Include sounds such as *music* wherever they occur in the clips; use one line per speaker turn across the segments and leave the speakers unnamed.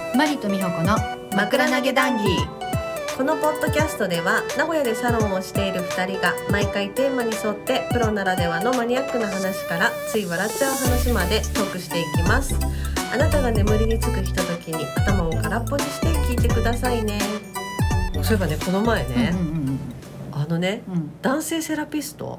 の子の枕投げ談義
このポッドキャストでは名古屋でサロンをしている2人が毎回テーマに沿ってプロならではのマニアックな話からつい笑っちゃう話までトークしていきますあなたが眠りにつくひとときに頭を空っぽにして聞いてくださいねそういえばねこの前ね、
うん
あのね
うんうんうん
男性セラピスト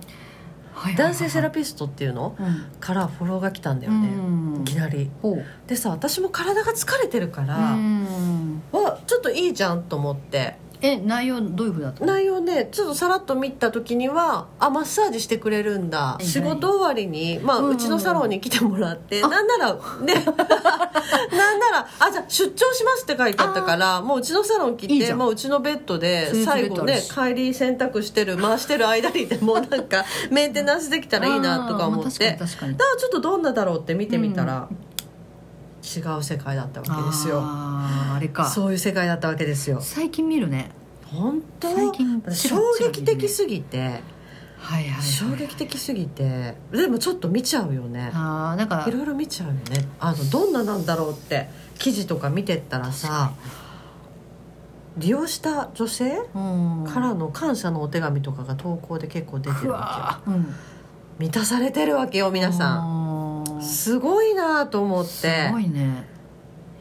はいはいはい
男性セラピストっていうの
うん
からフォローが来たんだよね、
うん
いきなり
ほう
でさ私も体が疲れてるから、
うん
わちょっといいじゃんと思って
え内容どういうふうだった
内容ねちょっとさらっと見た時にはあマッサージしてくれるんだ
はい
仕事終わりに、まあ
うんうんう
うんちのサロンに来てもらって
あ
なんなら
*laughs*
ねなんならあじゃあ出張しますって書いてあったからもううちのサロン来て
いいじゃん
もううちのベッドで
スイーツベ
最
ッド
後
ある
ね
し
帰り洗濯してる回してる間にで
*laughs*
もうなんかメンテナンスできたらいいなとか思ってだ
あーまあ
か
確かに確から
ちょっとどんなだろうって見てみたら、違う世界だったわ
に
けですよ
あーあれか
そういう世界だったわけですよ
最近見るね
本当
最近
衝撃的すぎて
はいはいはい
衝撃的すぎてでもちょっと見ちゃうよね
ああなんか
いろいろ見ちゃうよねあのどんななんだろうって記事とか見てったらさ利用した女性
うん
からの感謝のお手紙とかが投稿で結構出て
う
るわ
わーうん
けよ満たされてるわけよ皆さ
あー
んすごいなと思っ
す
て
ごいね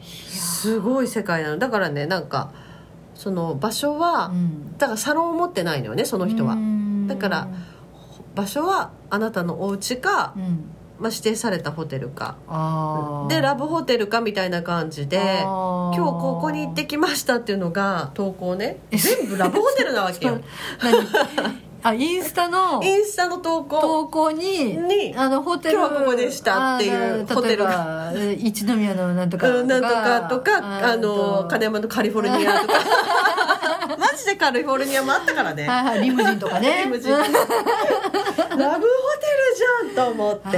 すごい世界なのだからねなんかその場所は
うん
だからサロンを持ってないのよねその人はだから場所はあなたのお家か
う、ん
まあ、指定されたホテルか
あー
でラブホテルかみたいな感じで
あ
今
ー
日ここに行ってきましたっていうのが投稿ね全部ラブホテルなわけよ
何あインスタ
*laughs*
の
インスタの投稿
投稿に
に
あのホテル
今日はここでしたっていう
あー
ホテル
例えばえー一宮のなんとか
うんなんとかとかあの
と
金山のカリフォルニア
*laughs*
とかマジでカリフォルニアもあったからね
はいはいリムジンとかね
*laughs* リムジンラブホテルじゃんと思っ
は
て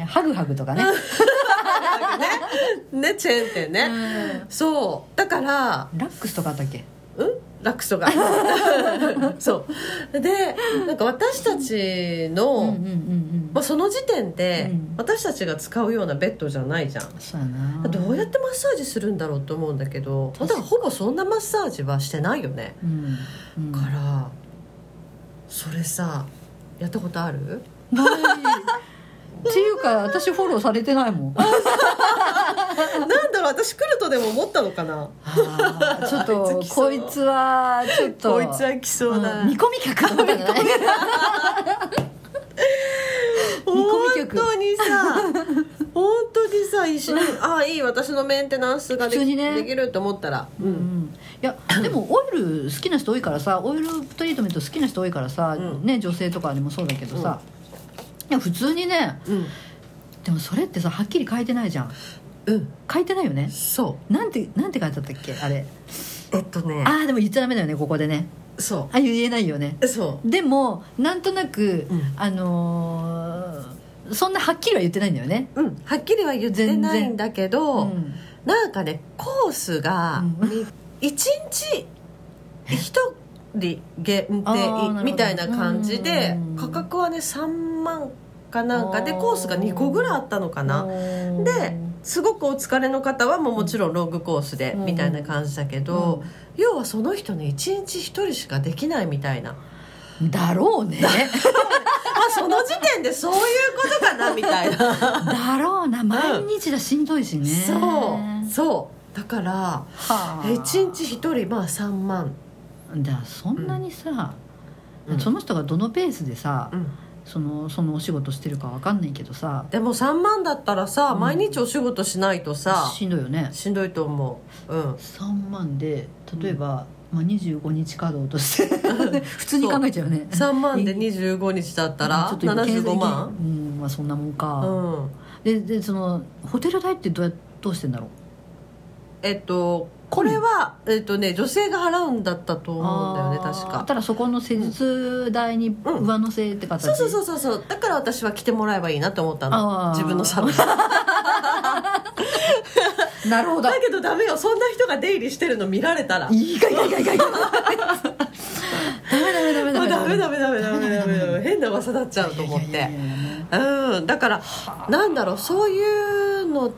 いハグハグとかね
ねチェーン店
う
ね
ん
そうだから
ラックスとかあったっけ
うんラク *laughs* ソがそうでなんか私たち
うんうん
の、
うんう
ま
ん
あ、その時点で、
うん
私たちが使うようなベッドじゃないじゃん
そうやな
どうやってマッサージするんだろうと思うんだけどだか
確からに
ほぼそんなマッサージはしてないよね、
うんうん
だからそれさやったことある
ないっていうか私フォローされてないもん
なんだろう私来るとでも思ったのかな
あーちょっと
*laughs* あいつ来そう
こいつはちょっと
こいつは来そうだ、
ん見込み客とかじゃない
本
込み客
当に
*laughs*
さ本当にさ一緒にああいい私のメンテナンスがで
普通
き,、
にね
できると思ったら、う、
うんんいやでもオイル好きな人多いからさオイルトリートメント好きな人多いからさ、
うん
ね、女性とかにもそうだけどさ、いや普通にね
うん、
でもそれってさはっきり書いてないじゃん
うん、
書いてないよね
そ
なんてなんて書いてあったっけあれ
うえっとね
ああでも言っちゃダメだよねここでね
そ
あ言えないよね
うそ
でもなんとなく、
うん
あのーそんなはっきりは言ってないんだよね
う、うん、はっきりは言ってないんだけど、
ん
なんかねコースが
う
一日一人限
あーなるほ
定
ど
みたいな感じで
うん
価格はね3万かなんかで
あー
コースが2個ぐらいあったのかなですごくお疲れの方はもうもちろんロングコースで
うん
みたいな感じだけど、要はその人ね一日一人しかできないみたいな、
うんだろうね
まあ、その時点でそういうことかなみたい
*laughs*
な
だろうな毎日だしんどいしね、
そうそうだから
はあ
一日一人まあ3万、
じゃあそんなにさ、
うん
その人がどのペースでさ、
うん
そのそのお仕事してるかわかんないけどさ
でも3万だったらさ、
うん
毎日お仕事しないとさ
しんどいよね
しんどいと思ううん
3万で例えば、まあ、25日稼働として *laughs* 普通に考えちゃうよね
3万で25日だったら
ちょっと今
75
経
万
済的にうんまあそんなもん
う
か、
ん
ででそのホテル代ってどうやどうしてんだろう
えっとこれは、えっとね、女性が払うんだったと思うんだよね確
あー
か
ただそこの施術代に
うん
上乗せって形、
そうそうそうそうそうだから私は来てもらえばいいなと思ったの
あー
自分のサロンだ
うなるほど
けどダメよそんな人が出入りしてるの見られたら
いいかいいかいいかいいかいダメダメダメダ
あ
メ
ダメダメダメダメダメ
ダメダメダメ
ダメ変な噂になっちゃうと思っ
いやいやい
て
やいや
うんだからなんだろうそういうの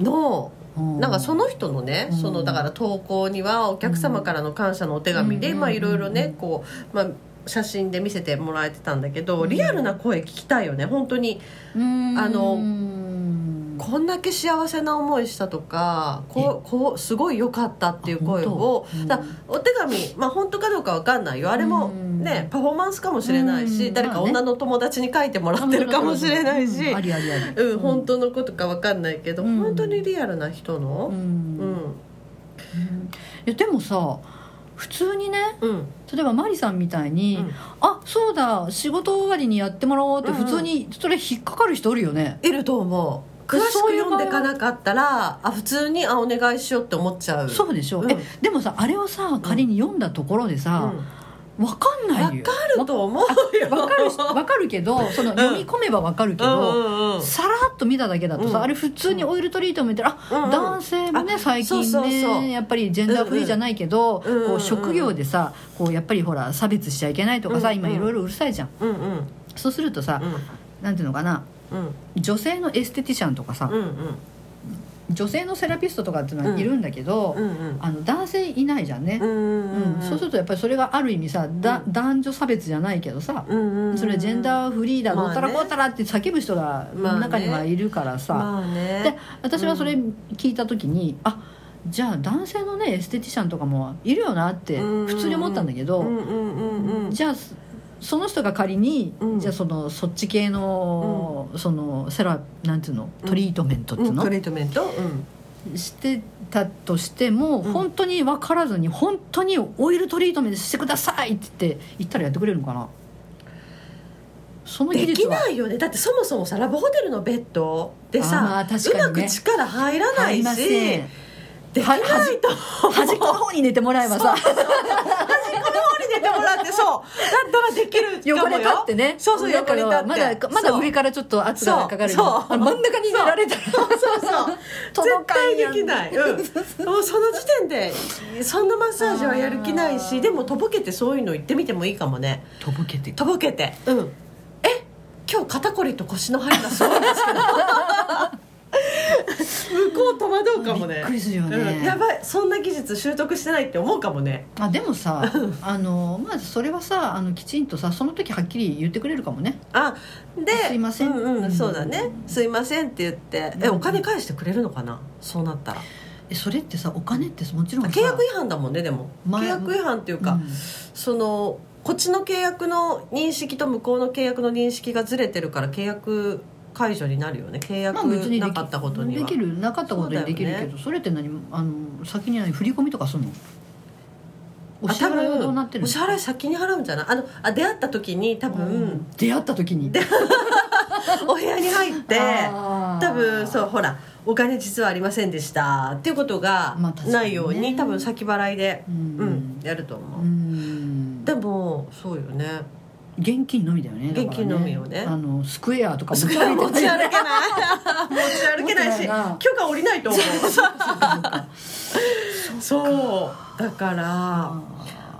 の
うん
なんかその人のね、
うん
そのだから投稿にはお客様からの感謝のお手紙で、
うん
まあいろいろ
う
ね
ん
こう、まあ、写真で見せてもらえてたんだけど
うん
リアルな声聞きたいよね本当に
うん
あのこんだけ幸せな思いしたとかこうこうすごい良かったっていう声を
あ本当
だお手紙、まあ、本当かどうかわかんないよあれも、
うん
ねパフォーマンスかもしれないし、
うん
誰か
まあね
女の友達に書いてもらってるかもしれないし、
うんありありあり
うん、本当のことかわかんないけど、
うん
本当にリアルな人
う
の、うんん
いやでもさ普通にね
うん
例えばマリさんみたいに、
うん
あそうだ仕事終わりにやってもらおうって
うんうん
普通にそれ引っかかる人おるよね、
いると思う詳しく
そういう
読んでかなかったらあ普通にあお願いしようって思っちゃう
そうでしょ、
うん
えでもさあれをさ仮に読んだところで
うん
さ、
わ
わかんないよ
かると思うよ
わかるしわかるけどその読み込めばわかるけど、
うんうんうん
さらっと見ただけだとさ、
うん
あれ普通にオイルトリートメントであ、
うんうん
男性もね最近ね
そうそうそう
やっぱりジェンダーフリーじゃないけど、
うんうんうんうん
こ
う
うん職業でさこうやっぱりほら差別しちゃいけないとかさ、
うんうん
今いろいろうるさいじゃん
うんうん
そうするとさ、なんていうのかな
うんうん
女性のエステティシャンとか
う
さ、
んうん
女性のセラピストとかっていうのはいるんだけど、
うんうん
あの男性いないじゃんね、
うん
うんそうするとやっぱりそれがある意味さだ、
うん
男女差別じゃないけどさ、
うんうん
それはジェンダーフリーだ
まあ
ど
ね
うたらこうたらって叫ぶ人が
まあね
中にはいるからさ、
まあ
で
ね
私はそれ聞いた時に、あじゃあ男性のねエステティシャンとかもいるよなって
うん
普通に思ったんだけ
う
ど、
んうんうんうん
じゃあそその人が仮に、
うん
じゃあそのそっち系の、そのセラなんていうのトリートメントっていう
うん
の、
トリートメントうん
してたとしても、
うん
本当に分からずに本当にオイルトリートメントしてくださいって言って言ったらやってくれるのかなその技
でき
術は
ないよねだってそもそもさラブホテルのベッドで
あーまあ
さ、
確
う
か
ま
にね
く力入らな
あり
いし
ません
できないと
端っこの方に寝てもらえばさ
通り出てもらってそうだったらできるか
横
も
に
よ
立ってね
そうそう
だ
横
か
に
ら
立って
まだまだ上
か
からちょっと圧がかかる
そうそう
あの真ん中に寝られたら
そうそうそう
届
絶
かん
対で
やん
きない、うん、もうその時点でそんなマッサージはやる気ない
あー
しでもとぼけてそういうの言ってみてもいいかもね
とぼけて
とぼけてうんえ今日肩こりと腰の張りがすごいですけど向こう戸惑うかもね
びっくりするよね
うんやばいそんな技術習得してないって思うかもね
あでもさあのまあそれはさあのきちんとさその時はっきり言ってくれるかもね
あです
いません
うんう、
うんん
そうだねすいませんって言ってえ
うん
お金返してくれるのかなそうなったら
えそれってさお金ってもちろんさ
契約違反だもんねでも
前
契約違反っていうか、
うん
そのこっちの契約の認識と向こうの契約の認識がずれてるから契約解除になるよね契約
まあ別にでき
なかったことには、
できるなかったことにできるけ
そう
ど
だ
そ,、れって何あの先に何振り込みとかするのお
あ
支払いはどうなって
多分
る
お支払い先に払うんじゃないあのあ出会った時に多分、
うん出会った時にで
お部屋に入って多分そうほらお金実はありませんでしたっていうことが
まあ確かにね
ないように,、多分先払いで、
う
うんんやると思う、
うん
でもそうよね
現金のみだよねだから
現金のみをね
あのスクエアとか
持
持
ち
ち
歩
歩
け
い
ない持
て
ち
ない
歩けないし
持ってないな
許可下りないと思うそうだから、
あ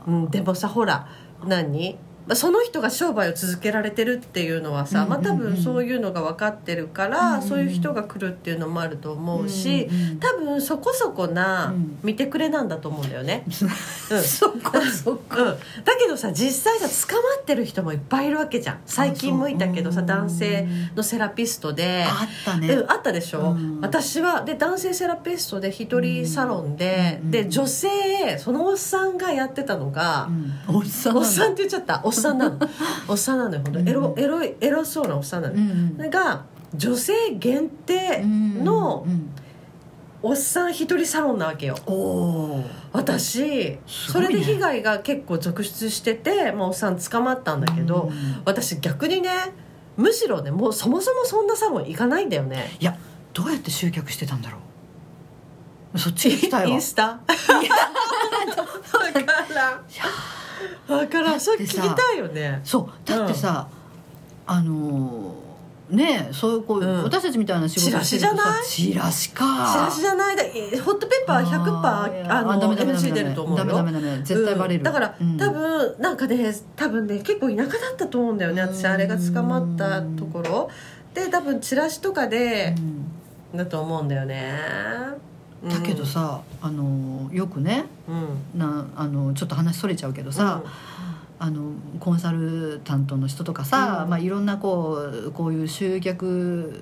うん、でもさほら何まあその人が商売を続けられてるっていうのはさ、まあ、多
うんうん
分
うん
そういうのが分かってるから、
うんうんうん
そういう人が来るっていうのもあると思うし、
うんうんうん
多分そこそこな
うん
見てくれなんだと思うんだよね、
ー *laughs* そこそこ
うん、だけどさ実際さ捕まってる人もいっぱいいるわけじゃん最近もいたけどさ
うん
男性のセラピストで
あったね
うん、あったでしょ、
うん
私はで男性セラピストで一人サロンで、
うんう
で
ん
女性そのおっさんがやってたのが、
うんおっさん
おっさんっ
ん
て言っちゃったおっさん
*laughs*
なのおっさんなのよ本当エロエロいエロそうなおっさんなの、それが女性限定のおっさん一人サロンなわけよ
おおー
私、
す
そ
ごい
れ
ね
で被害が結構続出してて、まあ、おっさん捕まったんだけど、
うん
私逆にねむしろねもうそもそもそんなサロン行かないんだよね
いやどうやって集客してたんだろうそっち行きたい
イ
わ
ンスタ分からん分からんそれ聞きたいよね
そうだってさ、あのーねえそういうこう、
うん
私たちみたいな仕事してるとさチラシか
チラシじゃないだホットペッパー100%あの
ダメダメダメ
NG 出ると思うよ
ダメダメダメ絶対バレる、
うんだから、
うん
多分なんかね多分ね結構田舎だったと思うんだよね私
うん
あれが捕まったところで多分チラシとかで
うん
だと思うんだよねうん
だけどさ、あのよくね
うん
なあのちょっと話それちゃうけどさ、あのコンサルタントの人とかさ、
うん
まあ、いろんなこうこういう集客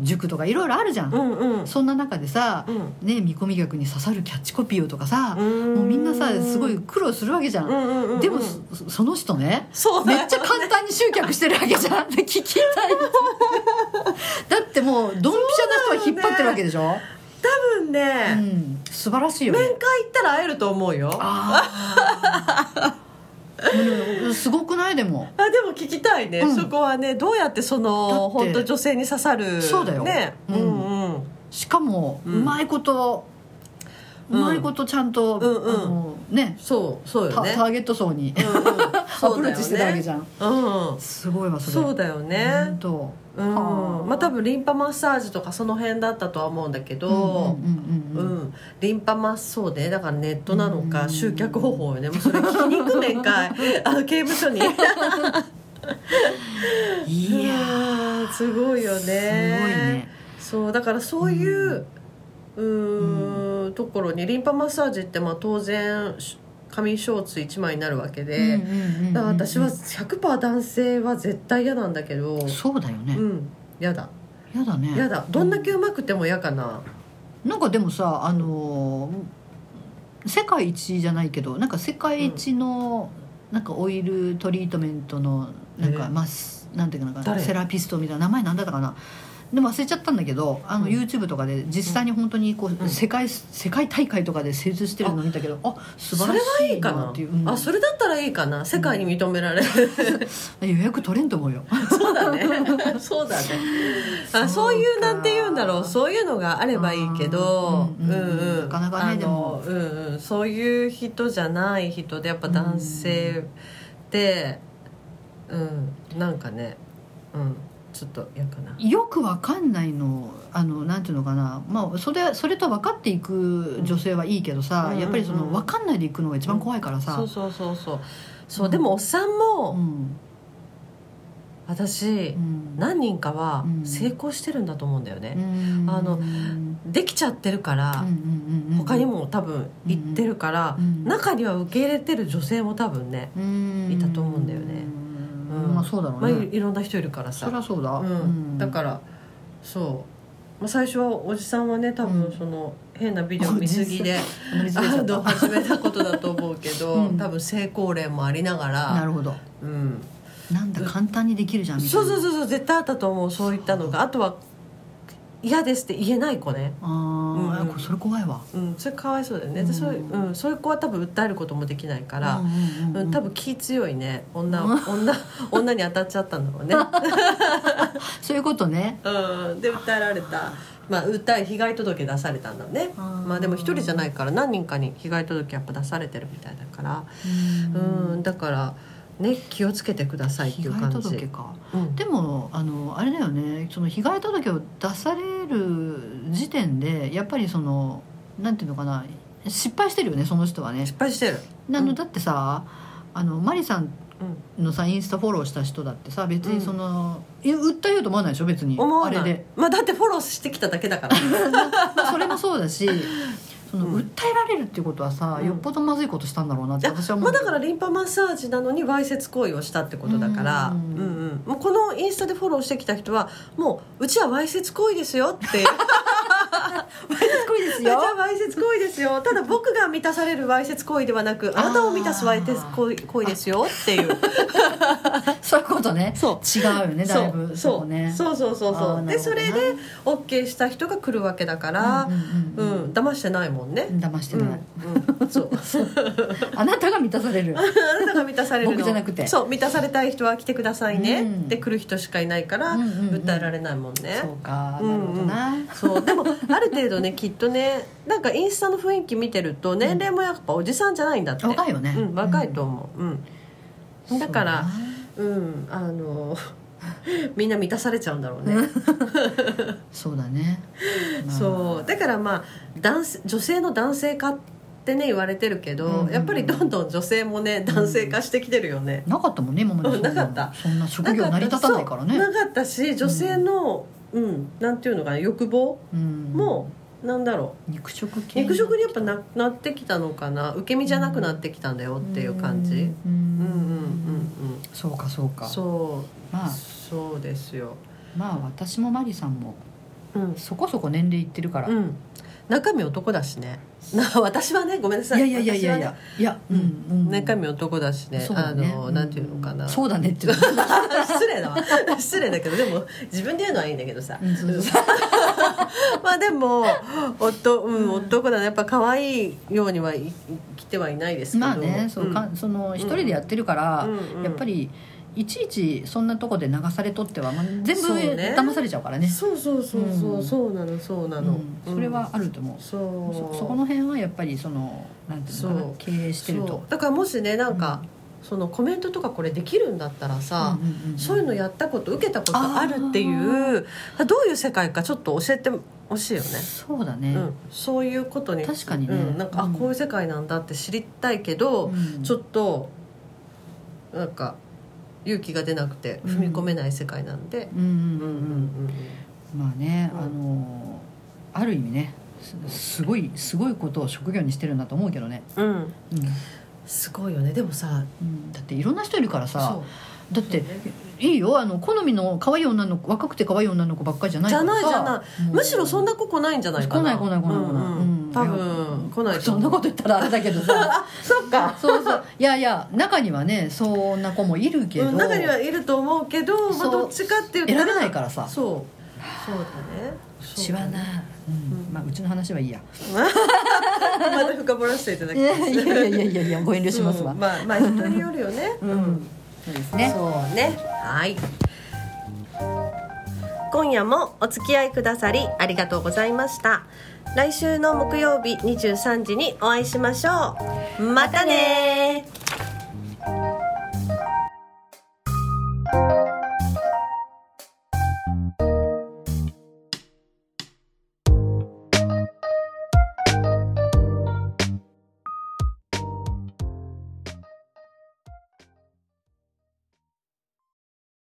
塾とかいろいろあるじゃん、
うんうん
そんな中でさ、
う
ね、見込み客に刺さるキャッチコピーをとかさ、
ん
もうみんなさすごい苦労するわけじゃん、
うんうんうんうん
でもそその人
*laughs*
ね
そう
め
だ
っちゃ簡単に集客してるわけじゃん聞きたい
*laughs*
だってもうドンピシャな人は引っ張ってるわけでしょ
多分
う,、
ね
ん素晴らしいよ
面
ね
会行ったら会えると思うよあ
あ
*laughs*
ーうんすごくないでも
でも聞きたいね、
うん
そこはねどうやってそ
だって
の本当女性に刺さる
そうだよ
ね
う
うんんうん
しかもう
うん
まいこと、う
うん
まいことちゃんと、
うんうん
あのね
そうそう
タ
よ
タ
ね
ーゲット層に
うんうん
*laughs*
*laughs*
ア
そ
プ
うだ
ロー
よ
チしてたわけじゃん、
うん
すごいわそれ
そうだよね
本当
う
はあ
んまあ多分リンパマッサージとかその辺だったとは思うんだけど
うんうんうん
う
うん
ん、リンパマッソーでだからネットなの
う
か
ん
集客方法よねもうそれ聞きに行く面
*laughs*
会あの刑務所にい
いやー
ー *laughs* すごいよね
すごいね
そうだからそういううーんところにリンパマッサージってまあ当然し紙ショーツ1枚になるわけで、
うんうんうんうん
だから私は100%男性は絶対嫌なんだけど
そうだよね、
うん嫌だ
やだね
嫌だどんだけうまくても嫌かな
なんかでもさあのー世界一じゃないけどなんか世界一の、なんかオイルトリートメントのなんか
え
マスなんていうのかな
誰
セラピストみたいな名前なんだったかなでも忘れちゃったんだけどあの
うん
YouTube とかで実際に本当にこう、
うん
世界世界大会とかで成立してるの見たけどあ素
そ
晴ら
れはい
しい
いか
な
な
っていう、うん
あそれだったらいいかな世界に認められる、
予約取れんと思うよ
そうだ
*laughs*
ねそうだねあそういうなんて言うんだろうそういうのがあればいいけど
あーうんうんなかなかね
あの
でも
うんうん、そういう人じゃない人でやっぱ男性ってうん、なんかねうんちょっと嫌かな
よくわかんないのあのなんていうのかな、まあ、それそれと分かっていく女性はいいけどさ、
うん
やっぱりその
うん
分かんないでいくのが一番怖いからさ、
そうそうそうそうそうでもおっさん
う
も
ん
私
うん
何人かは
うん
成功してるんだと思うんだよ
う
ね、
ん
あの
うん
できちゃってるから、
うんうん
他にも多分行ってるから、
うん
中には受け入れてる女性も多分ね、いたと思うんだよね
うん
うん
まあそうだろ
まあ、
うね、
いろんな人いるから
そり
さ、
ゃそうだ、
うんだからそう、まあ、最初はおじさんはね多
うん
分その変なビデオ見すぎで
ら乗り
*laughs* あ
過ぎちゃっ
の
た
始めたことだと思うけど、
うん
多分成功例もありなが
な
ら、
るほど
うん、
なんだ簡単にできるじゃんみたい
そ
な
うそうそうそう絶対あったと思うそういったのがあとは嫌ですって言えない子ね。
あー、
うんうん
それ怖いわ
うん、それかわいそうだよね、でそういう
うん
うん、そういう子は多分訴えることもできないから、
うんうんうん
うん、多分気強いね女女女に当たっちゃったんだろうね、
そういうことね
うん、で訴えられた、まあ、訴え被害届出されたんだろうね
あー
まあでも一人じゃないから何人かに被害届やっぱ出されてるみたいだから
う
うん、だからね気をつけてくださいって
被
いう
害
感じ
届か
うん
でもあのあれだよねその被害届を出される時点でやっぱりそのなんていうのかな失敗してるよねその人はね
失敗してる
あの
うん
だってさあのマリさんのさインスタフォローした人だってさ別にその、いや訴えようと思わないでしょ別に
思わ
あ
な
れ
い
で、
まあ、だってフォローしてきただけだから、
まあそれもそう
*laughs*
だしその、
うん
訴えられるっていうことはさ、
うん
よっぽどまずいことしたんだろうなって私は思
まあ、
う *laughs*
だからリンパマッサージなのにわいせつ行為をしたってことだから、
う
うんんうんもうこのインスタでフォローしてきた人はもううちはわいせつ行為ですよって
すごいです
じゃ
よ
あわいせつ行為ですよただ僕が満たされるわいせつ行為ではなくあなたを満たすわいせつ行為行為ですよって
*laughs*
いう
*laughs* そういうことね
そ
違うよねだいぶ
そう
こね
そうそうそう
あ
そう
ーな
で
るほ
そ
どな
れで OK した人が来るわけだから
うんう
うん
うん
ん騙してないもんね
騙して
うん
ない、
うん
*laughs*
そう
あなたが満たされる
あなたが満たされるの
僕じゃなくて
そう満たされたい人は来てくださいね
うん
で来る人しかいないから
うんうんう
*laughs*
ん
訴えられないもんね
そうか
う
なんる
う
ほど
ん
な、
そうでもある程度ねきっとねなんかインスタの雰囲気見てると年齢もやっぱおじさんじゃないんだって
若いよね、
うん、若いと思う、うん
うん
だから
そう
うんあの *laughs* みんな満たされちゃうんだろうね、
だなそうだね、まあ
*laughs* そうだからまあ男性女性の男性化ってね言われてるけど、
うんうんうん
やっぱりどんどん女性もね男性化してきてるよね、
なかったもんね今までそん
うんなかった
そんな職業成り立たないからね
なかったそうなかったし女性の、うんなんていうのかな欲望
うん
もなんだろ
肉食
う
系
肉食にやっぱななってきたのかな受け身じゃなくなってきたんだよっていう感じ
うんう
うん
ん
うんうん
そうかそう
うん
か
そ
ま
う
あ
そうですよ
まあ私もマリさんも
うん
そこそこ年齢いってるから、
うん中身男だしねな私はねごめんないさ
や
い
いやいやいや
私は
いや
ね
いやうんうん
中身男だしね
そう
あ
だね
のなんていうのかな、
んそうだねっていうの
*laughs* 失礼だわ *laughs* 失礼だけどでも自分で言うのはいいんだけどさ
うんそうそう
*laughs* まあでも夫、うん、
うん
男だねやっぱ可愛いようにはい生きてはいないですけど
まあねそうか、
ん
その一人でやってるから、
うんうん
やっぱりいちいちそんなとこで流されとっては、まあ、全部
そうね
騙されちゃうからね
そうそうそうそう、
うん
そうなのそうな
う
の、
ん、それはあると思う、
そう
そそこの辺はやっぱりそのなんていうのかな
そう
経営してると
そうだからもしねなんか、そのコメントとかこれできるんだったらさ、
うんうんうん
そういうのやったこと受けたことあるっていうどういう世界かちょっと教えてほしいよね、
そうだね、
うん、そういうことに
確かにね
うん、なんか、
うん
あこういう世界なんだって知りたいけど、
うん
ちょっとなんか勇気が出なくて
うん
踏み込めない世界なんで、
うん
う
うんうんうんまあね、あのある意味ねすすごいすごいことを職業にしてるんだと思うけどね、
うんうん、
うん
すごいよねでもさ
うんだっていろんな人いるからさ
そ
だって、
そうね
いいよあの好みの可愛い女の子若くて可愛い女の子ばっかりじゃ
う
ない
じゃ
から
な
さ
いじゃない、むしろそん
な
な子来ないんじゃないか
来な
ない
来ない来ない来
う
ない、
ん
うん
多分来ない
そんなこと言ったらあれだけどさ
あ *laughs* そっか
そうそういやいや中にはねそんな子もいるけど、
うん中にはいると思うけど、ま
そ
あ、
う
どっちかっていうと
選べないからさ
そうそうだね
うちはな、うんまあ、うちの話はいいや
また深掘らせ *laughs* ていただき
い
ま
や
す
*laughs* いやいやいやいやご遠慮しますわ、
うんまあまあ人によるよね
うん、そうですね
そうねはい今夜もお付き合いくださりありがとうございました来週の木曜日23時にお会いしましょうまたねー